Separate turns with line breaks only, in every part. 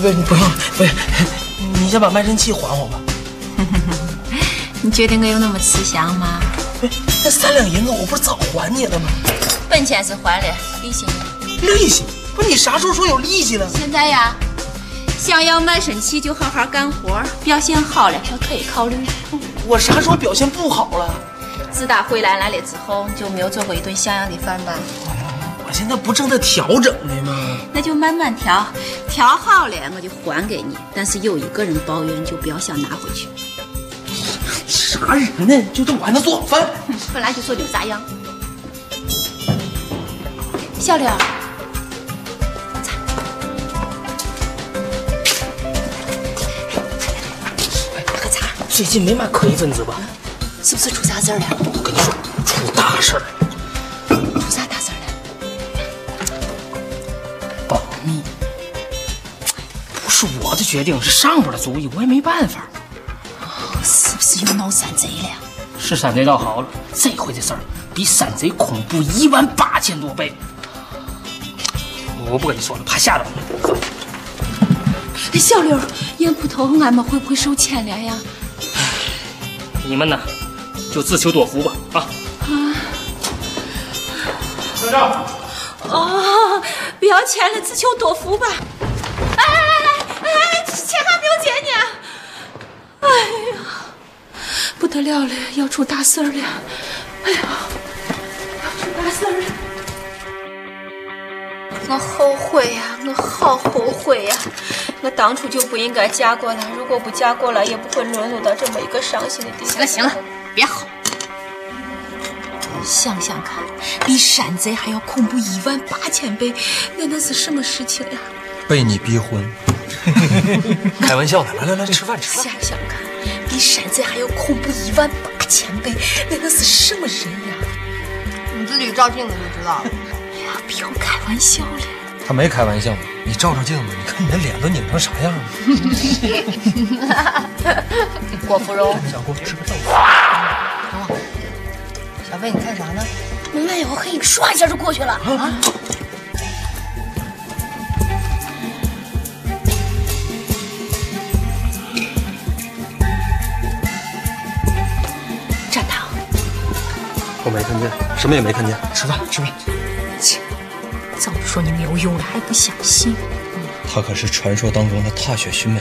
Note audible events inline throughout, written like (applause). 不，你不用，不是，你先把卖身契还我吧。
你决定个有那么慈祥吗？
不是，那三两银子我不是早还你了吗？
本钱是还了，利息呢？
利息？不是你啥时候说有利息了？
现在呀，想要卖身契就好好干活，表现好了还可以考虑。
我啥时候表现不好了？
自打慧兰来了之后，就没有做过一顿像样的饭吧？
我现在不正在调整呢吗？
那就慢慢调，调好了我就还给你。但是有一个人抱怨，就不要想拿回去。
啥人呢？就这我还能做好饭？
本来就说有啥样。小刘，喝个茶，
最近没嘛可疑分子吧？
是不是出啥事儿了？
我跟你说，出大事儿了。
出啥大事儿了？
保密，不是我的决定，是上边的主意，我也没办法。
是不是又闹山贼了？
是山贼倒好了，这回的事儿比山贼恐怖一万八千多倍。我不跟你说了，怕吓着你。走
哎，小刘，烟铺头俺们会不会受牵连呀？
你们呢，就自求多福吧。啊，
算账，
哦，不要钱了，自求多福吧。哎哎哎哎，钱还没有结呢。哎呀，不得了了，要出大事儿了！哎呀，要出大事儿了！我后悔呀、我好后悔呀、我当初就不应该嫁过来，如果不嫁过来，也不会沦落到这么一个伤心的地步。行了行了，别吼！想想看，比山贼还要恐怖一万八千倍，那那是什么事情呀、
被你逼婚， (laughs) 开玩笑的。来来来，吃饭吃饭。
想想看，比山贼还要恐怖一万八千倍，那个是什么人呀？
你自己照镜子就知道了。
啊，不要开玩笑了！
他没开玩笑嘛，你照照镜子，你看你的脸都拧成啥样了？
郭芙蓉，
小郭，吃个饭。
小贝，你看啥呢？
门外有个黑影，唰一下就过去了啊！展堂，
我没看见，什么也没看见。吃饭吃饭。
早说你没有用了，还不相信？
她可是传说当中的踏雪寻梅。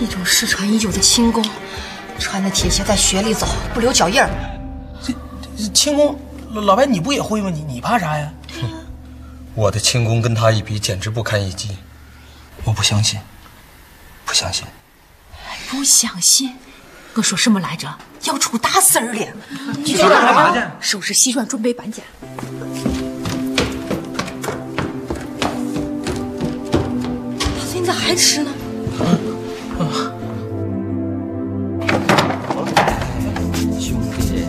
一种失传已久的轻功，
穿着铁鞋在雪里走，不留脚印儿。
轻功，老老白你不也会吗？你你怕啥呀？
我的轻功跟她一比，简直不堪一击。我不相信，不相信。
不相信？我说什么来着？要出大事儿了！
你上干嘛去？
收拾西装，准备搬家。老孙，你咋还吃呢？
兄弟，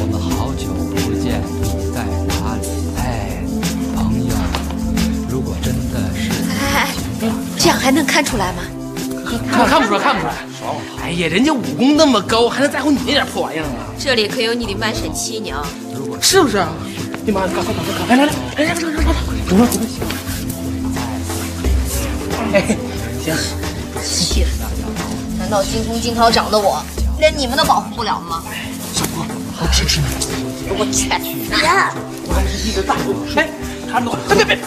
我们好久不见，你在哪里？哎，朋友，如果真的是
哎这样还能看出来吗？
看看不出来，看不出来。哎呀，人家武功那么高，还能在乎你那点破玩意儿啊？
这里可有你的卖身契呢。
是不是？你妈，赶快赶快赶快！来来来来来来来来！哎，行，
气死了！难道精通金涛掌的我，连你们都保护不了吗？小郭，我支持你。我去，
哎，看住，别别别！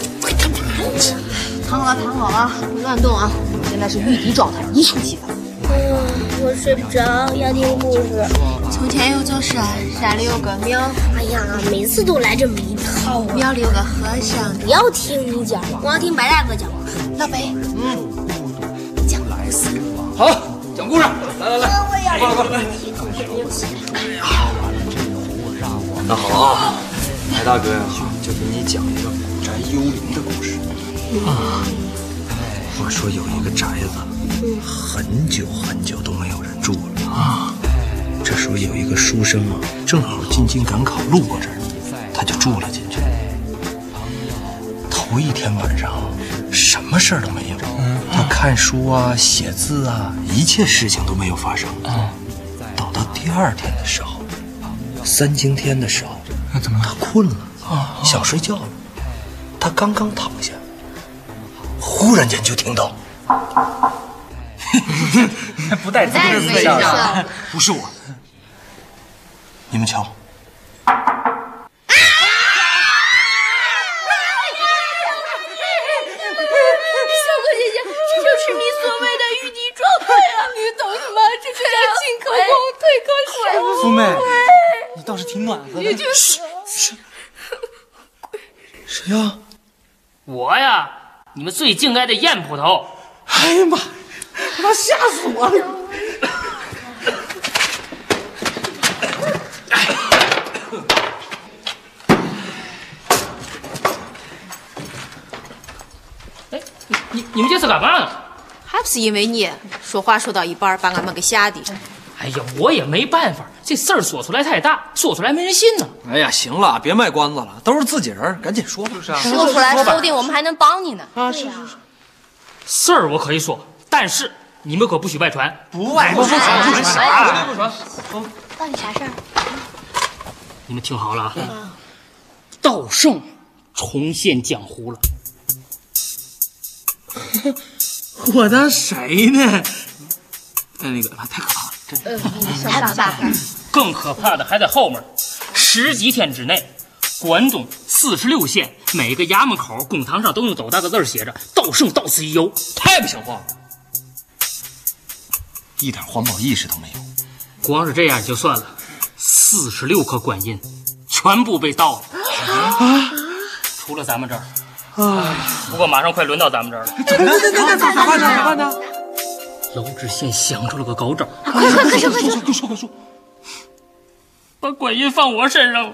躺好了，躺好了，别乱动啊！现在是御敌状态，一触即发。
哎我睡不着，要听故事。
从前有座山，山里有个庙，
哎呀，每次都来这么一套啊！
庙里有个和尚。
不要听你讲，我要听白大哥讲故事。
老白，
好，讲故事。来来来，
那好啊，白大哥呀，就给你讲一个古宅幽灵的故事。啊，话说有一个宅子，很久很久都没有人住了啊。这时候有一个书生啊，正好进京赶考路过这儿，他就住了进去。头一天晚上，什么事儿都没有，他看书啊、写字啊，一切事情都没有发生。等到第二天的时候，三更天的时候，那怎么他困了，想睡觉了。他刚刚躺下，
忽然间就听到，
不带自
带
己
自己
笑
笑
的。
不是我，你们瞧，
姐姐，这就是你所谓的玉笛状态啊！你懂什么？这这叫进可攻，退可守。
苏妹，你倒是挺暖和的。
谁呀？
我呀，你们最敬爱的燕捕头，
哎呀妈，他妈吓死我了！
哎你你们这是干嘛呢？
还不是因为你说话说到一半，把俺们给吓的。
哎呀，我也没办法，这事儿说出来太大，说出来没人信呢。
哎呀，行了，别卖关子了，都是自己人，赶紧说吧。就是啊，
说出来，说不定我们还能帮你呢。
事儿我可以说，但是你们可不许外传。
不外不传，不传，不传。
到底啥事儿？
你们听好了啊，道圣重现江 (laughs) 湖了。
我当谁呢？哎，那个太可怕了，这
太可怕了！
更可怕的还在后面，十几天之内，管总四十六县每个衙门口公堂上都用斗大个字儿写着“道圣到此一游
太不像话了，一点环保意识都没有。”。
光是这样也就算了，四十六颗观音全部被盗了，啊除了咱们这儿。不过马上快轮到咱们这儿了。
怎么怎么怎么办呢？咋办呢？
娄知县想出了个高招，
快说快说快说快说！
把观音放我身上了。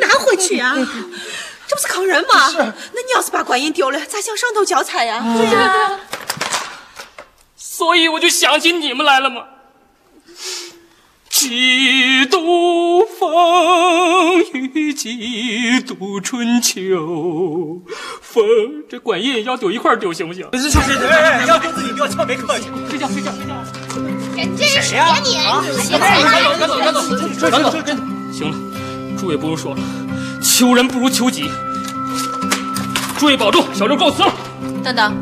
拿回去呀、这不是坑人吗？那你要是把观音丢了，咋向上头交差呀？
嗯
所以我就想起你们来了嘛。几度风雨几度春秋，风这管印要丢一块儿丢行不行？
这这这，要不自己掉，千万别客气。
睡觉睡觉睡觉。
谁呀、你谁
赶走赶走赶走赶走！行了，诸位不用说了，求人不如求己。诸位保重，小刘告辞了。
等等，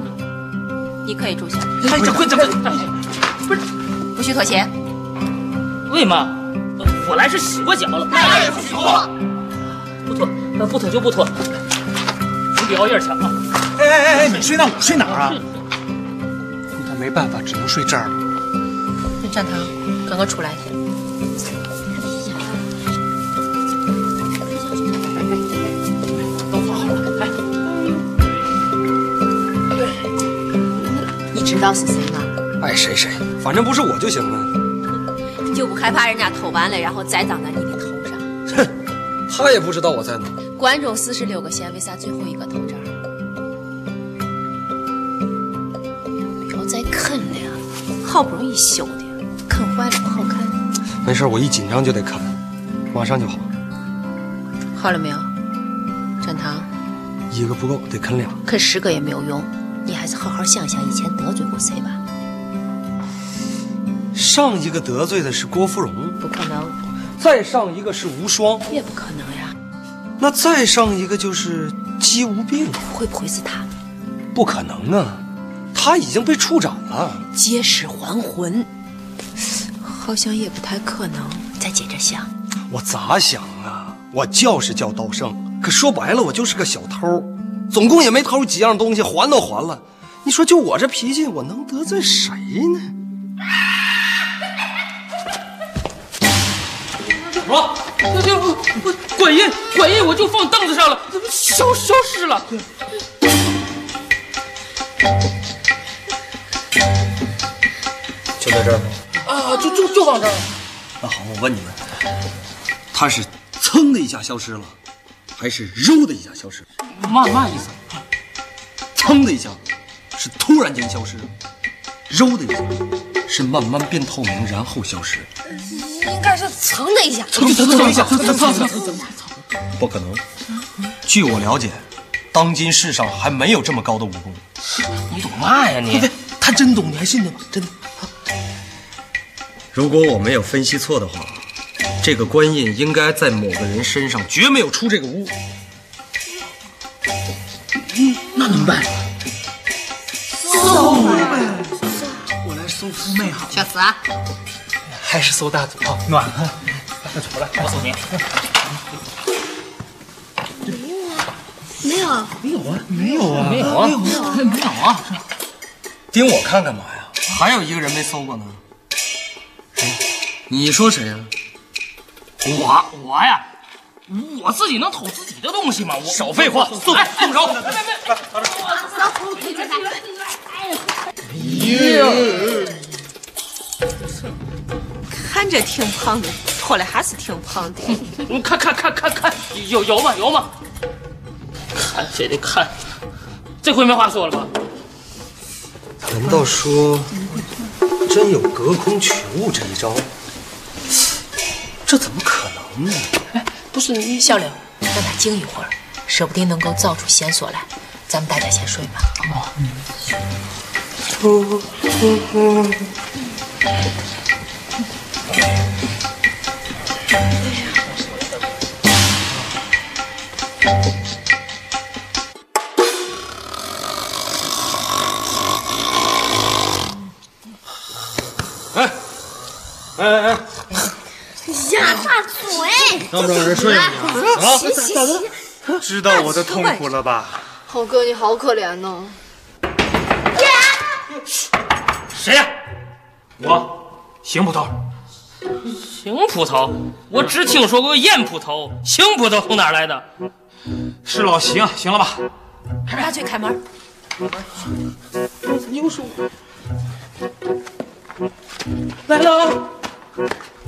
你可以住下，
哎，这快这快！
嗯
不许妥协。
为嘛？我来是洗过脚了，那也不洗过。不脱，那不脱就不脱。你比熬夜强啊！
哎哎哎，你睡那，我睡哪儿啊？那没办法，只能睡这儿了。
展堂，跟我出来。你知道是谁吗？
爱哎谁谁，反正不是我就行了。
你就不害怕人家偷完了，然后栽赃在你的头上？
他也不知道我在哪。
关中四十六个县，为啥最后一个偷这儿？
不要再啃了呀！
好不容易修的，
啃坏了不好看。
没事，我一紧张就得看，马上就好。
好了没有？展堂，
一个不够，得啃俩。
啃十个也没有用，你还是好好想想以前得罪过谁吧。
上一个得罪的是郭芙蓉，
不可能，
再上一个是无双，
也不可能呀！
那再上一个就是姬无病。
会不会是他？
不可能啊，他已经被处斩了。
借尸还魂，好像也不太可能。再接着想，
我咋想啊？我叫是叫道圣，可说白了我就是个小偷，总共也没偷几样东西，还都还了。你说就我这脾气，我能得罪谁呢？
我，那这我我管印管印我就放凳子上了，怎么消消失了？
就在这儿吗？
啊，就就就放这儿。
那好，我问你们，他是噌的一下消失了，还是揉的一下消失了？
嘛嘛意思？
噌的一下是突然间消失，揉的一下是慢慢变透明然后消失。
呃应该是噌的一下，
等一下，不可能。据我了解，当今世上还没有这么高的武功。
你懂嘛呀你？
他真懂，你还信他吗？真的。如果我没有分析错的话，这个官印应该在某个人身上，绝没有出这个屋。
那怎么办？搜呗，我来搜苏妹好，
小死啊！
还是搜大嘴好？暖和。大嘴回来，
我送你。
没有，
没有啊，没有啊，没有啊，
盯我看干嘛呀？
还有一个人没搜过呢。
哎你说谁啊呀、
我我呀，我自己能偷自己的东西吗？我哎少废话，送送手。别别别
看着挺胖的，后来还是挺胖的。
你嗯看看看看看，有有吗有吗？看非得看，这回没话说了吧？
难道说真有隔空取物这一招？这怎么可能呢？
不是你小柳，让他静一会儿，说不定能够找出线索来。咱们大家先睡吧。
呀，大嘴！
让不让人睡一下？
知道我的痛苦了吧？
猴哥，你好可怜呢、
谁呀？我，邢捕头。
邢捕头，我只听说过燕捕头，邢捕头从哪儿来的？
是老邢，行了吧？
大嘴开门，
来了。哎呀，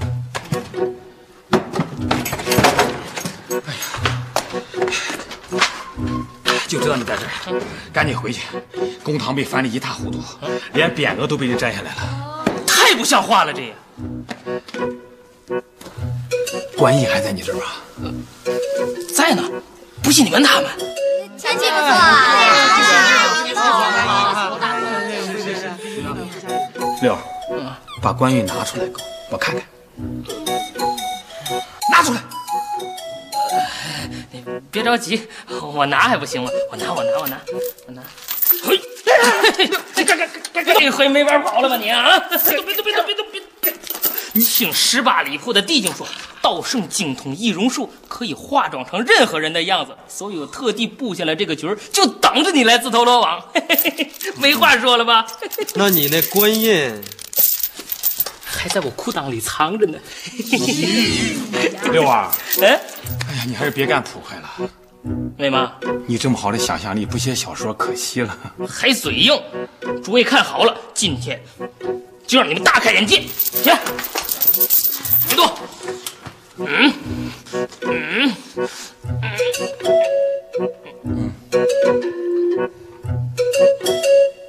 就知道你在这儿，赶紧回去。公堂被翻得一塌糊涂，连匾额都被人摘下来了。
太不像话了，这也。
官印还在你这儿吧？
在呢，不信你问他们。
天气不错啊。
六儿，把官运拿出来给我，我看看。拿出来，
别着急，我拿还不行吗？我拿，我拿，我拿，我拿。嘿，嘿嘿干干干干！这回没法跑了吧你啊！别动，别动，别动，别动，别动！请十八里铺的地经说，道圣精通易容术，可以化妆成任何人的样子，所以我特地布下了这个局儿，就等着你来自投罗网。嘿嘿嘿没话说了吧？
那你那官印
还在我裤裆里藏着呢。
六儿，
哎，
哎呀，你还是别干普快了。
美妈。
你这么好的想象力，不写小说可惜了。
还嘴硬。诸位看好了，今天就让你们大开眼界。起来，坐。嗯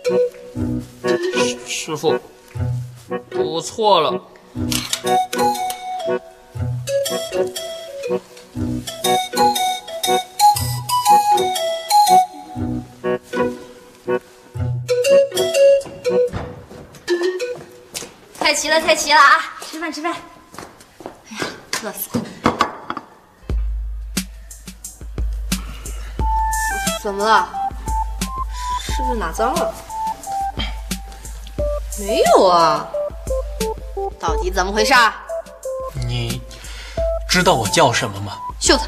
嗯嗯嗯。师傅，我错了。
太齐了，太齐了啊！吃饭，吃饭。哎呀，饿死了。
怎么了？是不是哪脏了？没有啊，
到底怎么回事儿？
你知道我叫什么吗？
秀才，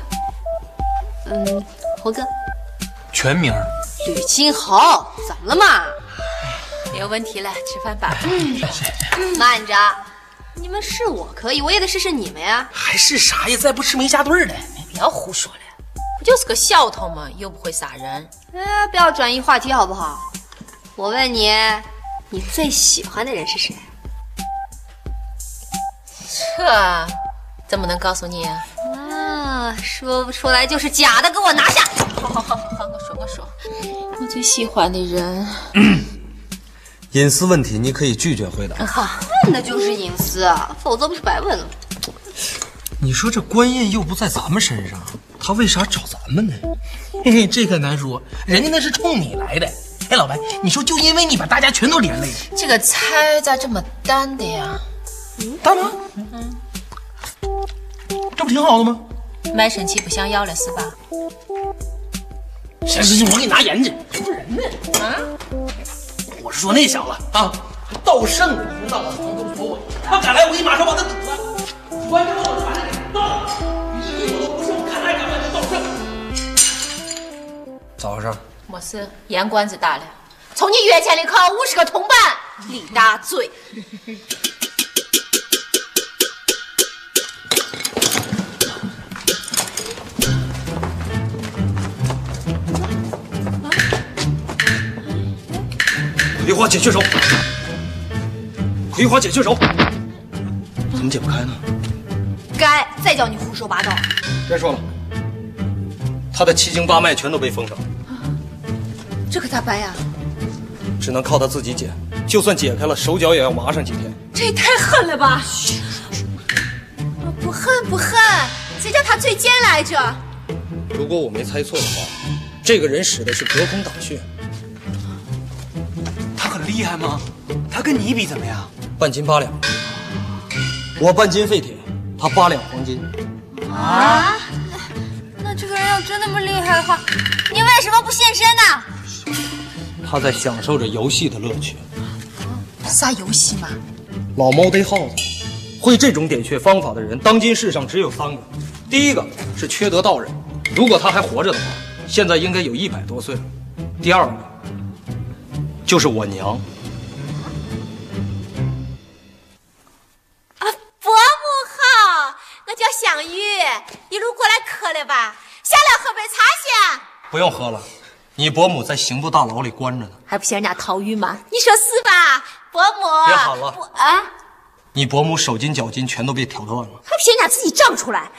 嗯，猴哥，
全名儿
吕金猴，怎么了嘛？
没有问题了，吃饭吧。
哎
慢着，你们是我可以，我也得试试你们呀。
还是啥呀？再不吃没下顿了。
不要胡说了，不就是个小偷吗？又不会杀人。
哎，不要转移话题好不好？我问你，你最喜欢的人是谁？
这怎么能告诉你、啊？
啊，说不出来就是假的，给我拿下！
好，我说我说，我最喜欢的人，
隐私问题，你可以拒绝回答。
问的就是隐私，否则不是白问了吗？
你说这官印又不在咱们身上，他为啥找咱们呢？
嘿嘿，这可难说，人家那是冲你来的。哎，老白，你说就因为你把大家全都连累了，
这个菜咋这么淡的呀？
大吗？这不挺好的吗？
卖身契不想要了是吧？
行行行，我给你拿盐去。
不人呢？啊？
我是说那小子啊，道圣，从到我从头说我，他敢来，我一马上把他堵了。关着我传来给道，你这我都不是，我看他敢不敢就道
圣。早上，
没事，盐罐子打了，从你月钱里扣五十个铜板。李大嘴。
葵花解穴手，葵花解穴手，怎么解不开呢？
该再叫你胡说八道。
别说了，他的七经八脉全都被封上，
这可咋办呀？
只能靠他自己解。就算解开了，手脚也要麻上几天。
这也太狠了吧！
不恨不恨，谁叫他最奸来着？
如果我没猜错的话，这个人使的是隔空打穴。
他很厉害吗？他跟你比怎么样？
半斤八两，我半斤废铁，他八两黄金。
啊？那这个人要真那么厉害的话，
你为什么不现身呢？
他在享受着游戏的乐趣。
啥游戏嘛？
老猫逮耗子，会这种点穴方法的人，当今世上只有三个。第一个是缺德道人，如果他还活着的话，现在应该有一百多岁了。第二个就是我娘。
啊，伯母好，我叫香玉，一路过来渴了吧？下来喝杯茶先。
不用喝了，你伯母在刑部大牢里关着呢。
还不嫌人家逃狱吗？你说是吧，伯母？
别喊了
啊！
你伯母手筋脚筋全都被挑断了，
还不嫌人家自己长出来？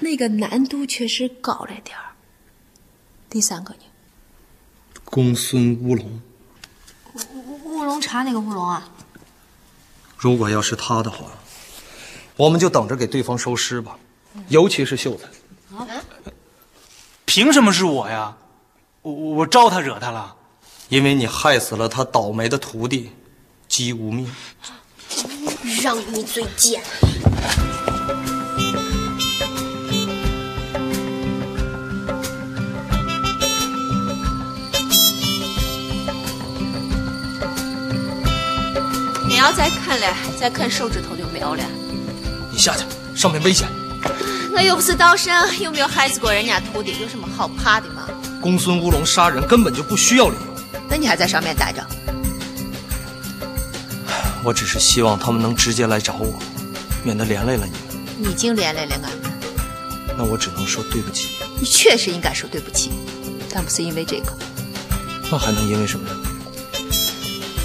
那个难度确实高了点儿。第三个呢？
公孙乌龙，
乌龙茶哪个乌龙啊？
如果要是他的话，我们就等着给对方收尸吧，尤其是秀才。
凭什么是我呀？我我招他惹他了？
因为你害死了他倒霉的徒弟姬无命。
让你最贱。
你要再啃了，再啃手指头就没有了。
你下去，上面危险。
我又不是道生，又没有害死过人家徒弟，有什么好怕的嘛？
公孙乌龙杀人根本就不需要理由，
那你还在上面待着？
我只是希望他们能直接来找我，免得连累了你们。
已经连累了俺们，
那我只能说对不起。
啊你确实应该说对不起，但不是因为这个。
那还能因为什么呀？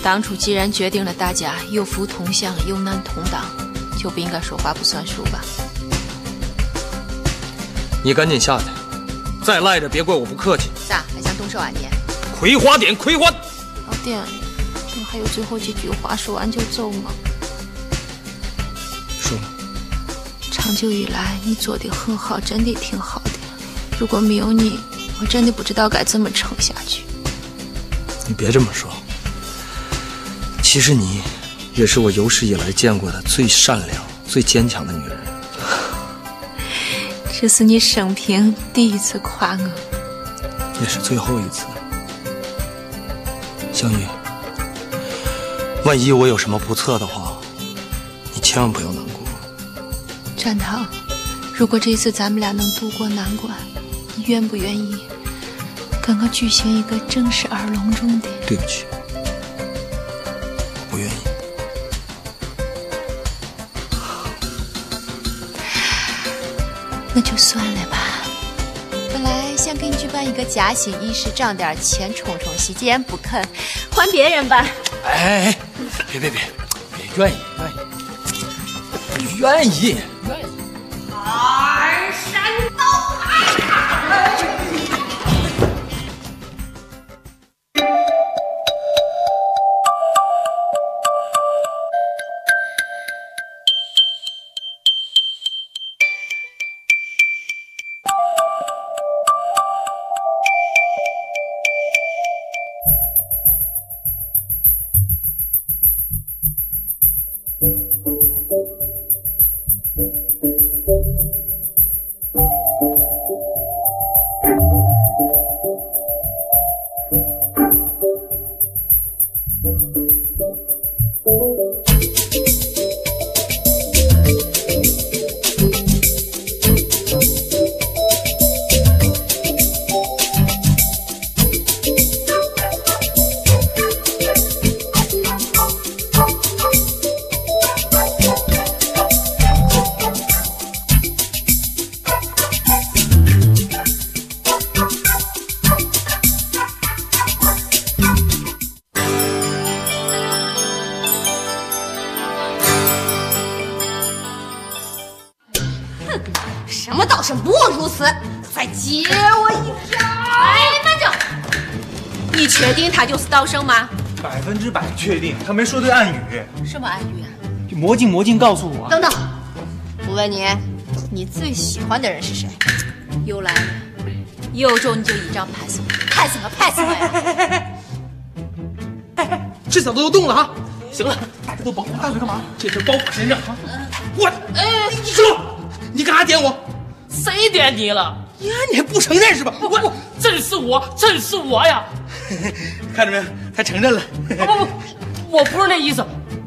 当初既然决定了大家有福同享，有难同当，就不应该说话不算数吧？
你赶紧下去，再赖着别怪我不客气。
咋还想动手啊你？
葵花点，葵花。
老弟，你嗯还有最后几句话说完就走吗？
说。
长久以来，你做的很好，真的挺好的。如果没有你，我真的不知道该怎么撑下去。
你别这么说。其实你，也是我有史以来见过的最善良、最坚强的女人。
这是你生平第一次夸我，
也是最后一次。香玉，万一我有什么不测的话，你千万不要难过。
展堂，如果这次咱们俩能渡过难关，你愿不愿意跟我举行一个正式而隆重的？
对不起，不愿意。
那就算了吧。
本来想给你举办一个夹心仪式，涨点钱充充喜，既然不肯，
还别人吧。
哎哎，别别别，别愿意愿意，愿意愿意。
二山刀海。
啊！
是不如此，再接我一招！
哎，慢着，你确定他就是道生吗？
百分之百确定，他没说对暗语。
什么暗语啊？
就魔镜，魔镜告诉我。
等等，我问你，你最喜欢的人是谁？
又来了，有种你就一招 pass 我，pass 我，pass 我呀！
这小子又动了啊！行了，
哎
大家都甭管了，干嘛？这事包我身上啊！我
呃
哎，你说你干啥点我？
谁点你了？
呀，你还不承认是吧？
我正是我，正是我呀！啊
看着没有，他承认了。
不不不，我不是那意思，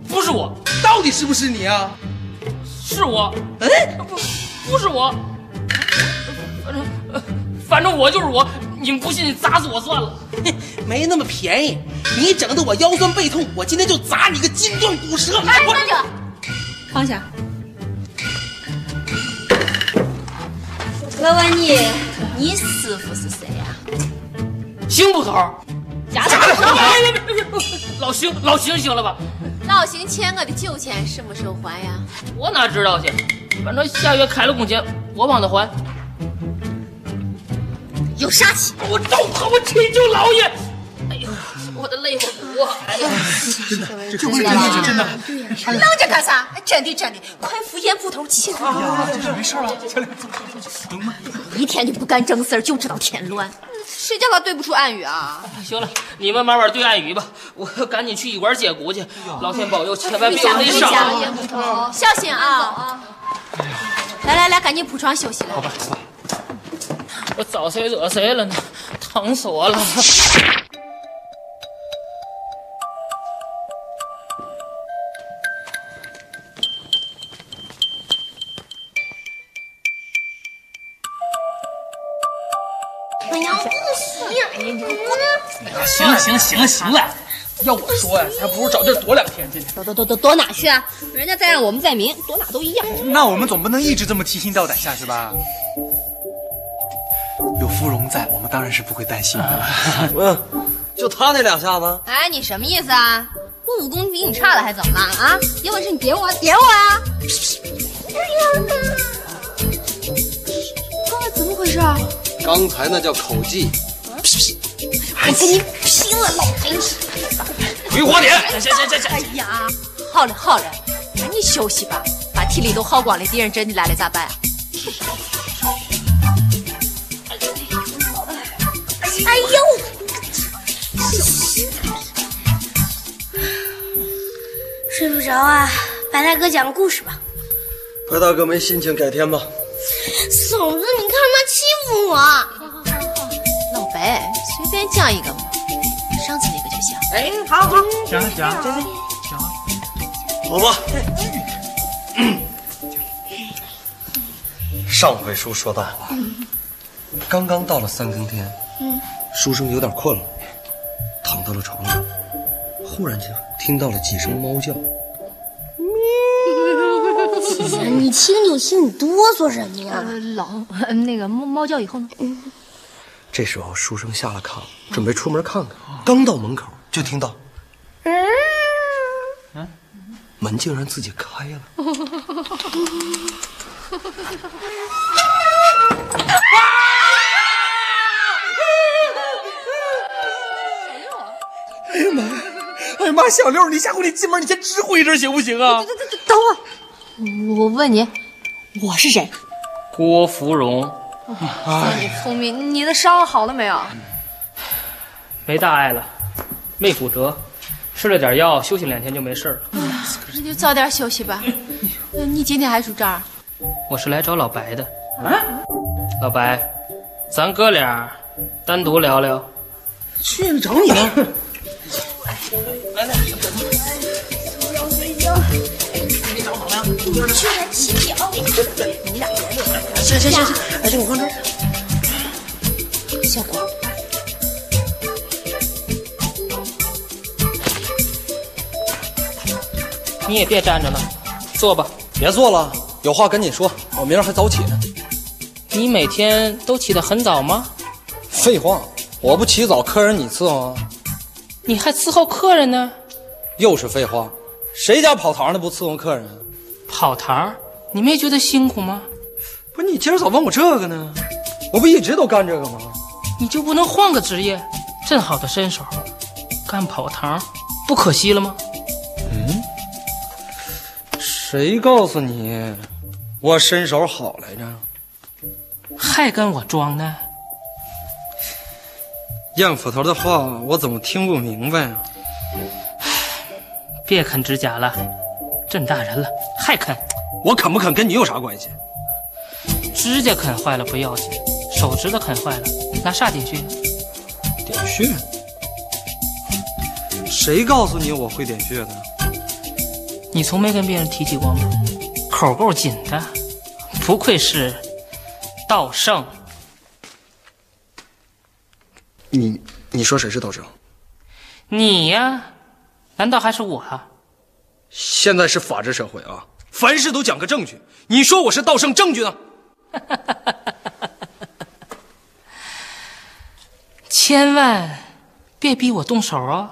不是我，
到底是不是你啊？
是我，
呃
嗯，
不不是我，呃反正我就是我，你们不信砸死我算了。
(laughs) 没那么便宜，你整得我腰酸背痛，我今天就砸你个筋断骨折！
哎，慢着，
放下。
问问你，你师傅是谁呀、啊
邢捕头，
假
假的
的
别别别别，哎老邢老邢行了吧？
老邢欠我的酒钱什么时候还呀？
我哪知道去？反正下月开了工钱，我帮他还。
有杀气！
我揍他！我请求老爷！哎呦，我的累活骨啊！哎呀，
这
这不是真的真的
愣着干啥？真的真的，快扶严捕头起来！
没事了，
一天就不干正事儿，就知道添乱。谁叫他对不出暗语啊？
行了，你们慢慢对暗语吧，我赶紧去医馆接骨去。老天保佑，千万别有内伤啊。
头，小心啊！来来来，赶紧铺床休息了。好吧，
我找谁惹谁了呢？疼死我了！
哎呀，不行！
行了行了行了行了，
要我说呀，还不如找地儿躲两天去。
躲躲躲躲躲哪去啊？人家在暗，我们在明，躲哪都一样。
那我们总不能一直这么提心吊胆下去吧？有芙蓉在，我们当然是不会担心的。
嗯，就他那两下子，
哎，你什么意思啊？我武功比你差了还怎么了啊？有本事你点我，点我啊！哎
刚才怎么回事啊？
刚才那叫口技。
我跟你拼了，老真是！
回火点
行行行行！哎呀，好了好了，赶紧休息吧，把体力都耗光了，敌人真的来了咋办？
哎呦，
睡不着啊，白大哥讲故事吧。
白大哥没心情，改天吧。
嫂子，你看他欺负我。
老白，随便讲一个嘛，上次那个就行。
哎，好好，
行行行
好吧。上回书说到啊，刚刚到了三更天，
嗯，
书生有点困了，躺到了床上，忽然间听到了几声猫叫。
哎
你听就听，你哆嗦什么
啊
呀？
老呃那个猫猫叫以后呢？
这时候书生下了炕，准备出门看看，刚到门口就听到门竟然自己开了。
哎呀妈呀！哎呀妈，小六，你下回你进门你先知会一声行不行啊？
等会儿，我问你，我是谁？
郭芙蓉
你聪明，你的伤好了没有？
没大碍了，没骨折，吃了点药，休息两天就没事了。
哎那就早点休息吧。呃你今天还住这儿？
我是来找老白的。啊，老白，咱哥俩单独聊聊。
去找你了。
去他起脚！你俩别乐，
行行行行，哎，这我刚才
小狗。
你也别站着了，坐吧。
别坐了，有话赶紧说，我明儿还早起呢。
你每天都起得很早吗？
废话，我不起早，客人你伺候啊？
你还伺候客人呢？
又是废话，谁家跑堂的不伺候客人？
跑堂？你没觉得辛苦吗？
不是你今儿咋问我这个呢？我不一直都干这个吗？
你就不能换个职业？正好的身手，干跑堂，不可惜了吗？
嗯，谁告诉你我身手好来着？
还跟我装呢？
燕斧头的话我怎么听不明白啊？
别啃指甲了，这么大人了还啃？
我啃不啃跟你有啥关系？
指甲啃坏了不要紧，手指头啃坏了，拿啥点穴？
点穴？谁告诉你我会点穴的？
你从没跟别人提起过吗？口够紧的，不愧是道圣。
你你说谁是道生？
你呀、难道还是我啊？
现在是法治社会啊，凡事都讲个证据。你说我是道圣，证据呢？
千万别逼我动手哦！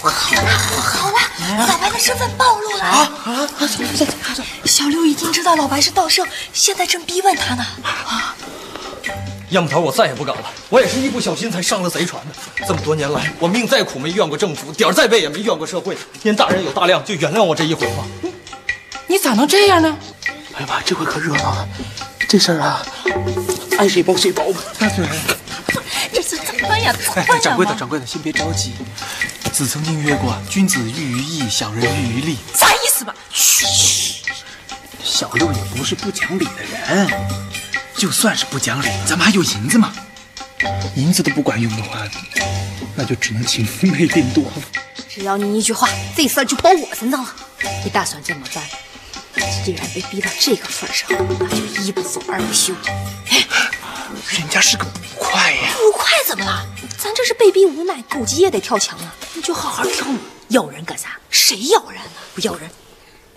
好了，老白的身份暴露了啊啊！小六已经知道老白是道圣，现在正逼问他呢。啊，
要不头，我再也不敢了。我也是一不小心才上了贼船的。这么多年来，我命再苦没怨过政府，点儿再背也没怨过社会。您大人有大量，就原谅我这一回吧。
你咋能这样呢？
哎呀妈，这回可热闹了！这事儿啊，爱谁包谁包吧。
这次怎么办呀？
哎
怎么办，呀
掌柜的，掌柜的，先别着急。子曾经曰过：“君子喻于义，小人喻于利。
啥意思吧？”
小六也不是不讲理的人，就算是不讲理，咱们还有银子嘛。银子都不管用的话，那就只能请夫妹定夺了。
只要你一句话，这事儿就包我身上了。你打算怎么办？既然被逼到这个份儿上，那就一不做二不休。
人家是个捕快呀，
捕快怎么了？
咱这是被逼无奈，狗急也得跳墙啊！你就好好跳嘛，
要人干啥？谁要人啊？
不要人，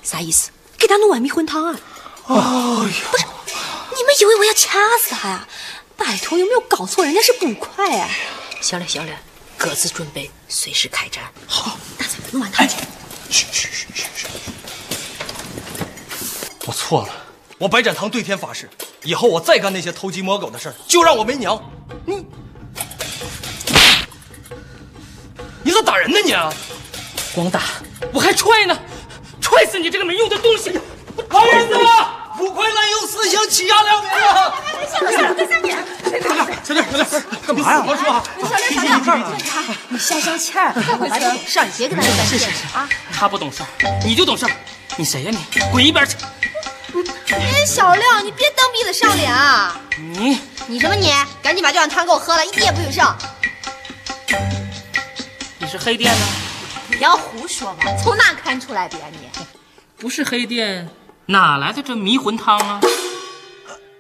啥意思？给他弄碗迷魂汤啊！
哦
呀，
不是，
你们以为我要掐死他呀？拜托，有没有搞错？人家是捕快啊哎呀、
小脸小脸，各自准备，随时开战。
好，哎大嘴弄碗汤去。
我错了，我白展堂对天发誓，以后我再干那些偷鸡摸狗的事儿，就让我没娘。你，你咋打人呢你、啊？
光打，我还踹呢，踹死你这个没用的东西！
老爷子，捕快滥用私刑，欺压良民啊！
小六，小六，干嘛呀？我说啊，
小
小亮
小亮，你消消气儿，
回去了
上，你别跟他干
是
架
是是他不懂事儿，你就懂事儿。你谁呀、你？滚一边去！
哎，小亮，你别蹬鼻子上脸啊！
你
你什么你？赶紧把这碗汤给我喝了，一滴也不许剩！
你是黑店呢？
你要胡说吧，从哪看出来的呀你？
不是黑店，哪来的这迷魂汤啊？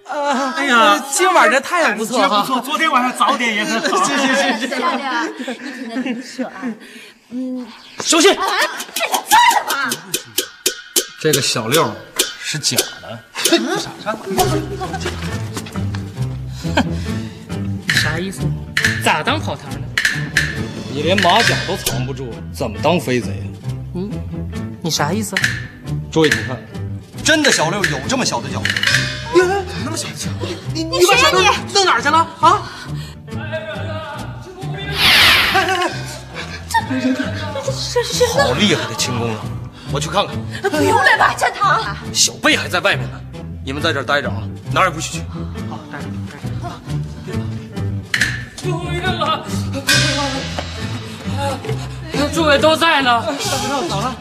啊
哎呀
今晚这太阳不错哈，
不错
昨天晚上早点也很好。
是是是是
小亮，你听他怎么说啊？嗯，
收信
啊，这你干嘛？
这个小六是假的。
啥意思？咋当跑堂呢？
你连马甲都藏不住，怎么当飞贼啊？
你你啥意思？
诸位，你看，真的小六有这么小的脚吗？
那么小气，你
你把小亮
弄哪儿去了啊？
这这这
好厉害的轻功啊！我去看看，
不用了吧，战堂。
小贝还在外面呢，你们在这儿待着啊，哪儿也不许去。
回来了，诸位都在呢。早上早上，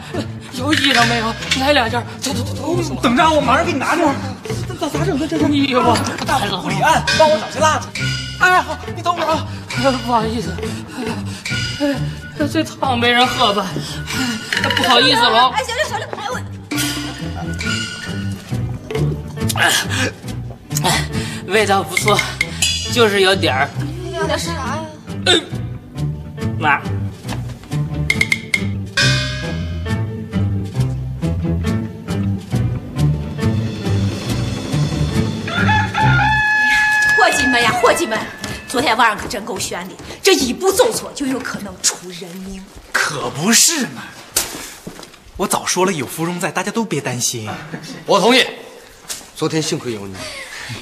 有衣裳没有？来两件。走走走走，
等着啊，我马上给你拿去。这咋咋整的？这这
你我大
不里按，帮我找些蜡烛。哎，好，你等会儿啊。
不好意思，哎，这汤没人喝吧？哎不好意思了啊。
哎，小六小六，哎我。
哎，味道不错，就是有点儿嗯
有点啊啥呀？
麻。
伙计们呀，伙计们，昨天晚上可真够悬的，这一步走错就有可能出人命。
可不是嘛。我早说了有芙蓉在，大家都别担心。
我同意。昨天幸亏有你。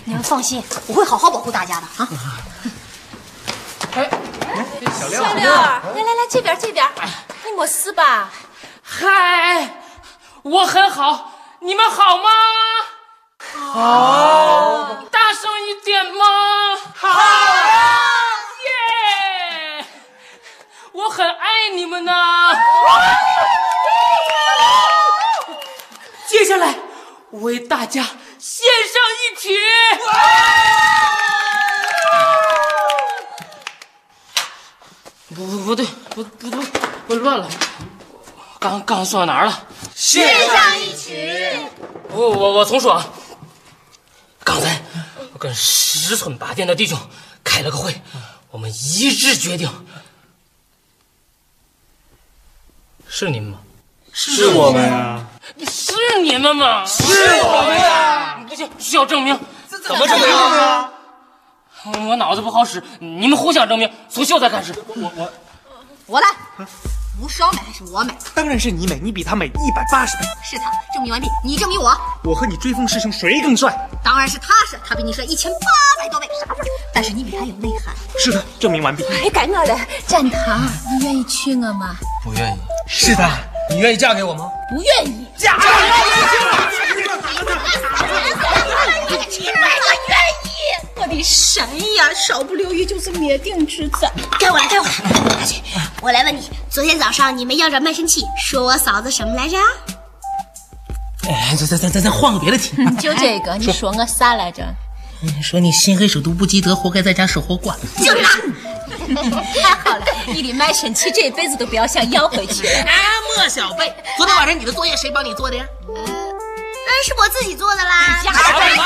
你们放心，我会好好保护大家的啊！
小六，来来来，这边这边，你没事吧？
嗨，我很好，你们好吗？
好，
大声一点吗？好，啊耶！我很爱你们呢。接下来为大家献上一曲。不不不对，不不对，我乱了，刚刚说到哪儿了？
一曲。
我我我重说啊，刚才我跟十村八店的弟兄开了个会，我们一致决定，是你们吗？
是我们啊。
是你们吗？是
我们
呀！不行，需要证明。
怎么证明啊？
我脑子不好使，你们互相证明，从秀才开始。我我
我来，吴少美还是我美？
当然是你美，你比他美一百八十倍。
是他，证明完毕，你证明我，
我和你追风师兄谁更帅？
当然是他帅，他比你帅一千八百多倍，啥味儿？但是你比他有内涵。
是的，证明完毕。
哎，赶我了，战
啊
堂，你愿意娶我吗？
不愿意。
是的，
你愿意嫁给我吗？
不愿意。
假的！
我的神呀，少不留一就是灭顶之灾。
该我来，该我来。大姐，我来问你，昨天早上你们要着卖身契，说我嫂子什么来着？
哎，咱咱咱咱咱换个别的题。
就这个，你说我啥来着？
你说你心黑手毒不积德，活该在家守活寡。
就是他。太好了，你的卖身契这辈子都不要想要回去了。
哎，莫小贝，昨天晚上你的作业谁帮你做的呀？
嗯，是我自己做的啦。
你家的
哎呀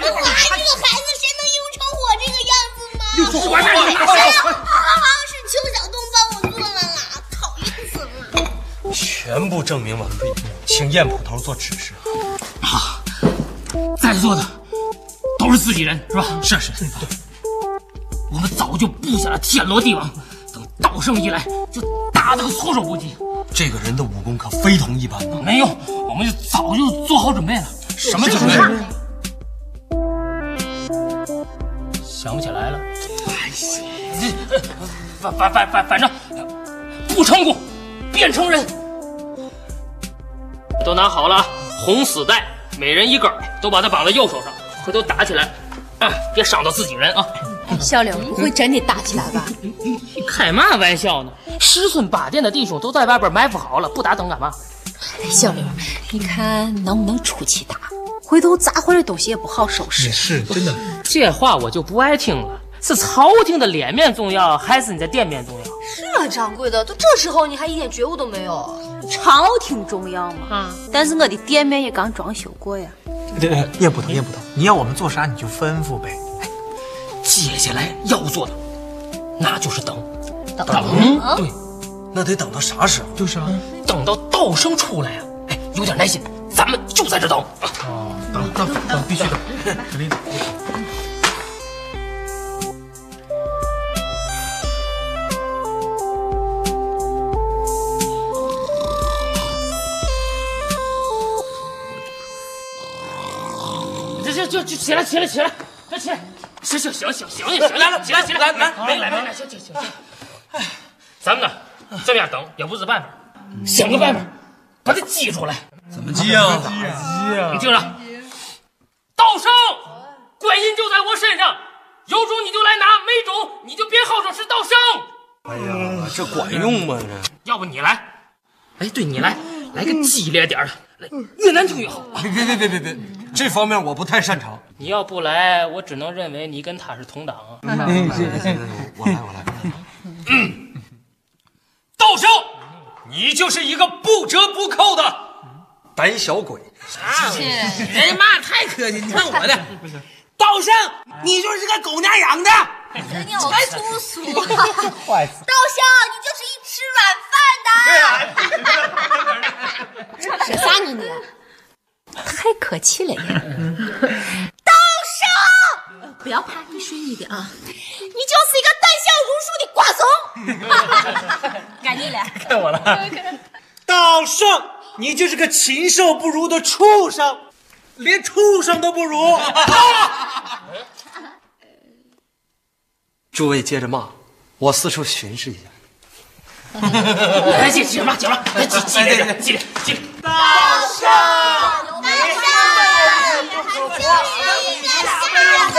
你
我爱这个孩子，谁能用成我这个样子吗？
又说我呢你拿过来
哎呀是邱小东帮我做的啦，讨厌死了。
全部证明完毕，请燕捕头做指示。
在座的都是自己人，是吧？是是，对。我们早就布下了天罗地网，等道圣一来，就打得个措手不及。啊
这个人的武功可非同一般呐！
没用，我们就早就做好准备了。
什么准备？
想不起来了。哎呀，这反反反反反正不成功，变成人。都拿好了啊，红丝带，每人一根儿，都把它绑在右手上，回头打起来，啊，别伤到自己人啊！
小柳不会真的打起来吧？
开嘛玩笑呢？十村八店的弟兄都在外边埋伏好了，不打等干嘛？
小柳，你看能不能出去打？回头砸回来东西也不好收拾。
是是，真的。这话我就不爱听了。是朝廷的脸面重要，还是你的店面重要？
是啊，掌柜的，都这时候你还一点觉悟都没有？朝廷重要嘛，
嗯
但是我的店面也刚装修过呀。
对，燕捕头，燕捕头，你要我们做啥你就吩咐呗。
哎接下来要做的，那就是等。
等
等，对，
那得等到啥时候？
就是啊，
等到道生出来啊！哎，有点耐心，咱们就在这等。
哦
等等等，必须
(laughs)
等，肯
嗯
定等。
这这就就起来起来起来，快起来！行行行行行行，
来了
起来起来，
来来
来来来，行行行。咱们呢，这样等也不是办法，想个办法把它挤出来。
怎么记啊？
鸡啊！你听着，道生，观音就在我身上，有种你就来拿，没种你就别好说是道生。
哎呀，这管用吗？
要不你来？哎，对你来，来个激烈点儿的，来越难听越好。
别别别别别别，这方面我不太擅长。
你要不来，我只能认为你跟他是同党啊。
嗯是是是我来我来。
道生，
你就是一个不折不扣的
胆小鬼，
哎呀妈，太客气！你看我的，道生，你就是个狗娘养的，
太粗俗
啊
了。
坏
道生，你就是一吃软饭的。
说啥呢你？太客气了呀！
道生，
不要怕，你顺一点啊。
你就是一个胆小如鼠的瓜怂。赶紧来，
看我了。
道圣，你就是个禽兽不如的畜生，连畜生都不如。
诸位接着骂，我四处巡视一下。
哎，行行了，行了，记记着点，记着，记着。
道圣，
大圣，你就是一个傻子。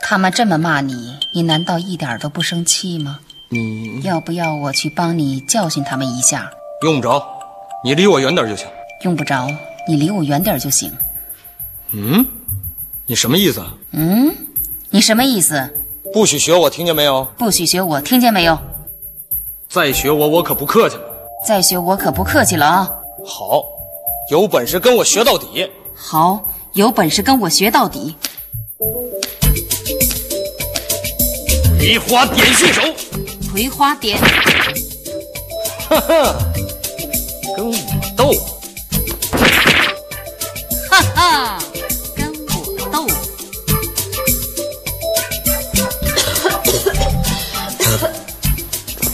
他们这么骂你，你难道一点儿都不生气吗？你
嗯
要不要我去帮你教训他们一下？
用不着，你离我远点就行。
用不着，你离我远点儿就行。
嗯，你什么意思啊？
嗯，你什么意思？
不许学我，听见没有？
不许学我，听见没有？
再学我，我可不客气了。
再学我可不客气了啊！
好，有本事跟我学到底。
好，有本事跟我学到底。
梨花点穴手，
葵花点，
哈哈，跟我斗。
哈哈，跟我斗。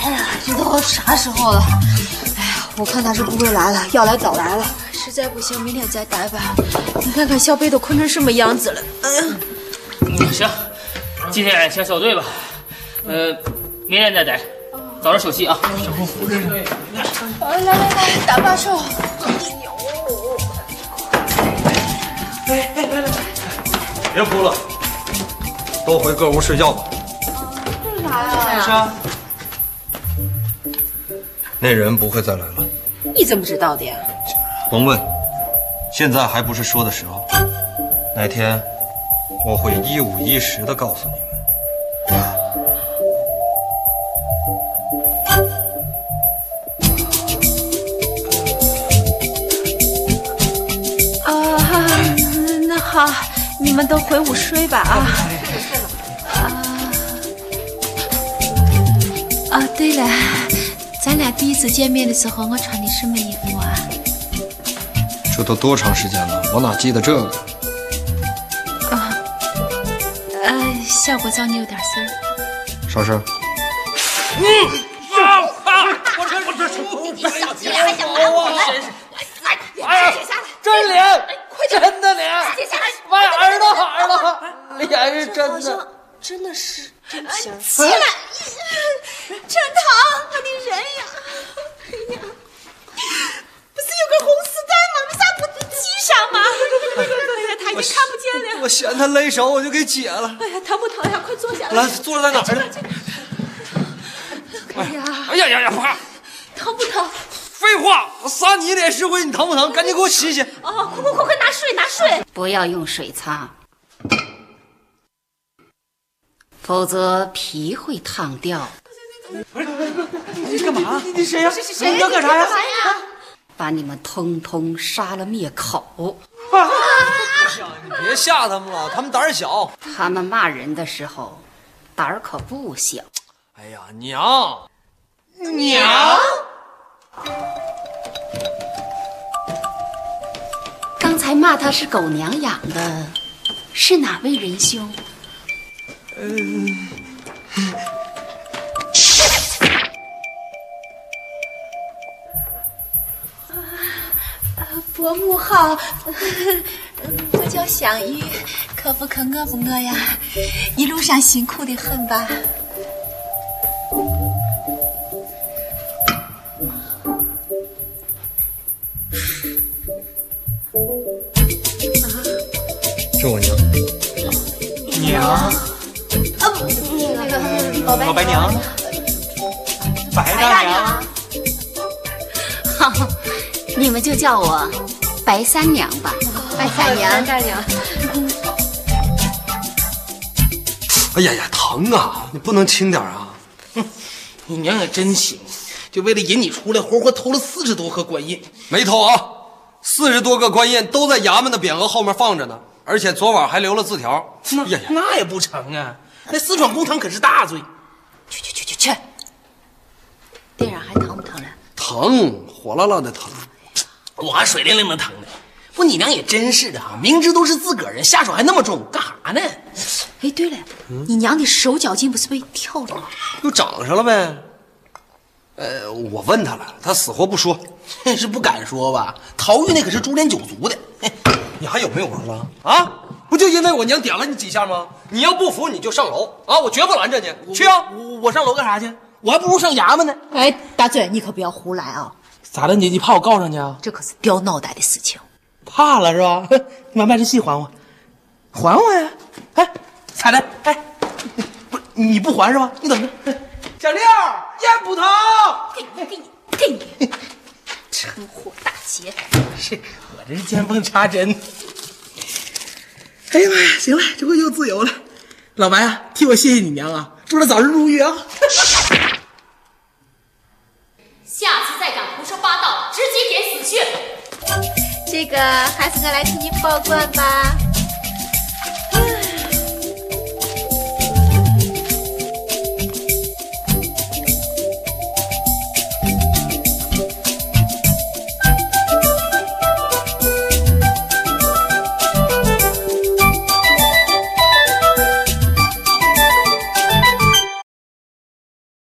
哎呀，这都啥时候了？哎呀，我看他是不会来了，要来早来了。
实在不行，明天再打吧。你看看小贝都困成什么样子了。
嗯，行，今天先小队吧，呃，明天再逮，早点休息啊。
来来来，打发兽。
别哭了，都回各屋睡觉吧。
干啥？
那人不会再来了。
你怎么知道的呀？
甭问，现在还不是说的时候。哪天我会一五一十的告诉你们。
啊，那好，你们都回屋睡吧啊。
啊哦，对了，咱俩第一次见面的时候，我穿的什么衣服啊？
这都多长时间了，我哪记得这个？
啊，呃，小哥找你有点事儿。
啥事儿？
嗯，啊啊！我这我这出你小鸡还想打我吗？哎呀，这是脸，真的脸！妈呀，耳朵耳朵，脸是真的。
真的是真皮儿。
起来
陈唐，我的人呀！哎呀，
不是有个红丝带吗？为啥不系上吗？哎呀，他已经看不见了。
我嫌他勒手，我就给解了。
哎呀，疼不疼呀？快坐下
来，坐着在哪儿呢？
哎呀，
哎呀呀呀！不怕，
疼不疼？
废话，我撒你一脸是灰，你疼不疼？赶紧给我洗洗。
哦，快快快快拿水拿水！
不要用水擦，否则皮会烫掉。
你干嘛？你你谁呀？
谁谁谁
你要干啥
你干嘛呀把你们通通杀了灭口。
你别吓他们了，他们胆儿小。
他们骂人的时候，胆儿可不小。
哎呀，娘，
娘，刚才骂他是狗娘养的，是哪位仁兄？
伯母好，我叫想玉，渴不渴，饿不饿呀？一路上辛苦的很吧？
这我娘。
娘，
啊不，那个老白，
老白娘，白
大娘。哈哈，你们就叫我白三娘吧。白三娘，
大娘，
哎呀呀，疼啊！你不能轻点儿啊！
你娘也真行，就为了引你出来，活活偷了四十多颗观音。
没偷啊，四十多个官印都在衙门的匾额后面放着呢，而且昨晚还留了字条。哎呀呀，
那也不成啊！
那私闯公堂可是大罪。
去去去去去！店长还疼不疼了？
疼，火辣辣的疼。
我还水灵灵的疼呢。不，你娘也真是的啊！明知都是自个儿人，下手还那么重，干啥呢？
哎，对了，你娘的手脚筋不是被跳了吗？
又长上了呗。呃，我问他了，他死活不说，
是不敢说吧？陶玉那可是株连九族的。
你还有没有玩了啊？不就因为我娘点了你几下吗？你要不服你就上楼啊！我绝不拦着你，去啊！
我我上楼干啥去？我还不如上衙门呢。
哎，大嘴，你可不要胡来啊！
咋的？你你怕我告上去啊？
这可是掉脑袋的事情。
怕了是吧？哼你把卖身契还我，还我呀！哎，咋的？哎，不是你不还是吧？你等着。
小六，烟捕头，
给你，给你，给你，趁火打劫！
是我这是见缝插针。
哎呀妈呀，行了，这回又自由了。老白啊，替我谢谢你娘啊，祝她早日入狱啊！
下次再敢胡说八道，直接给死去。
这个还是我来替你报官吧。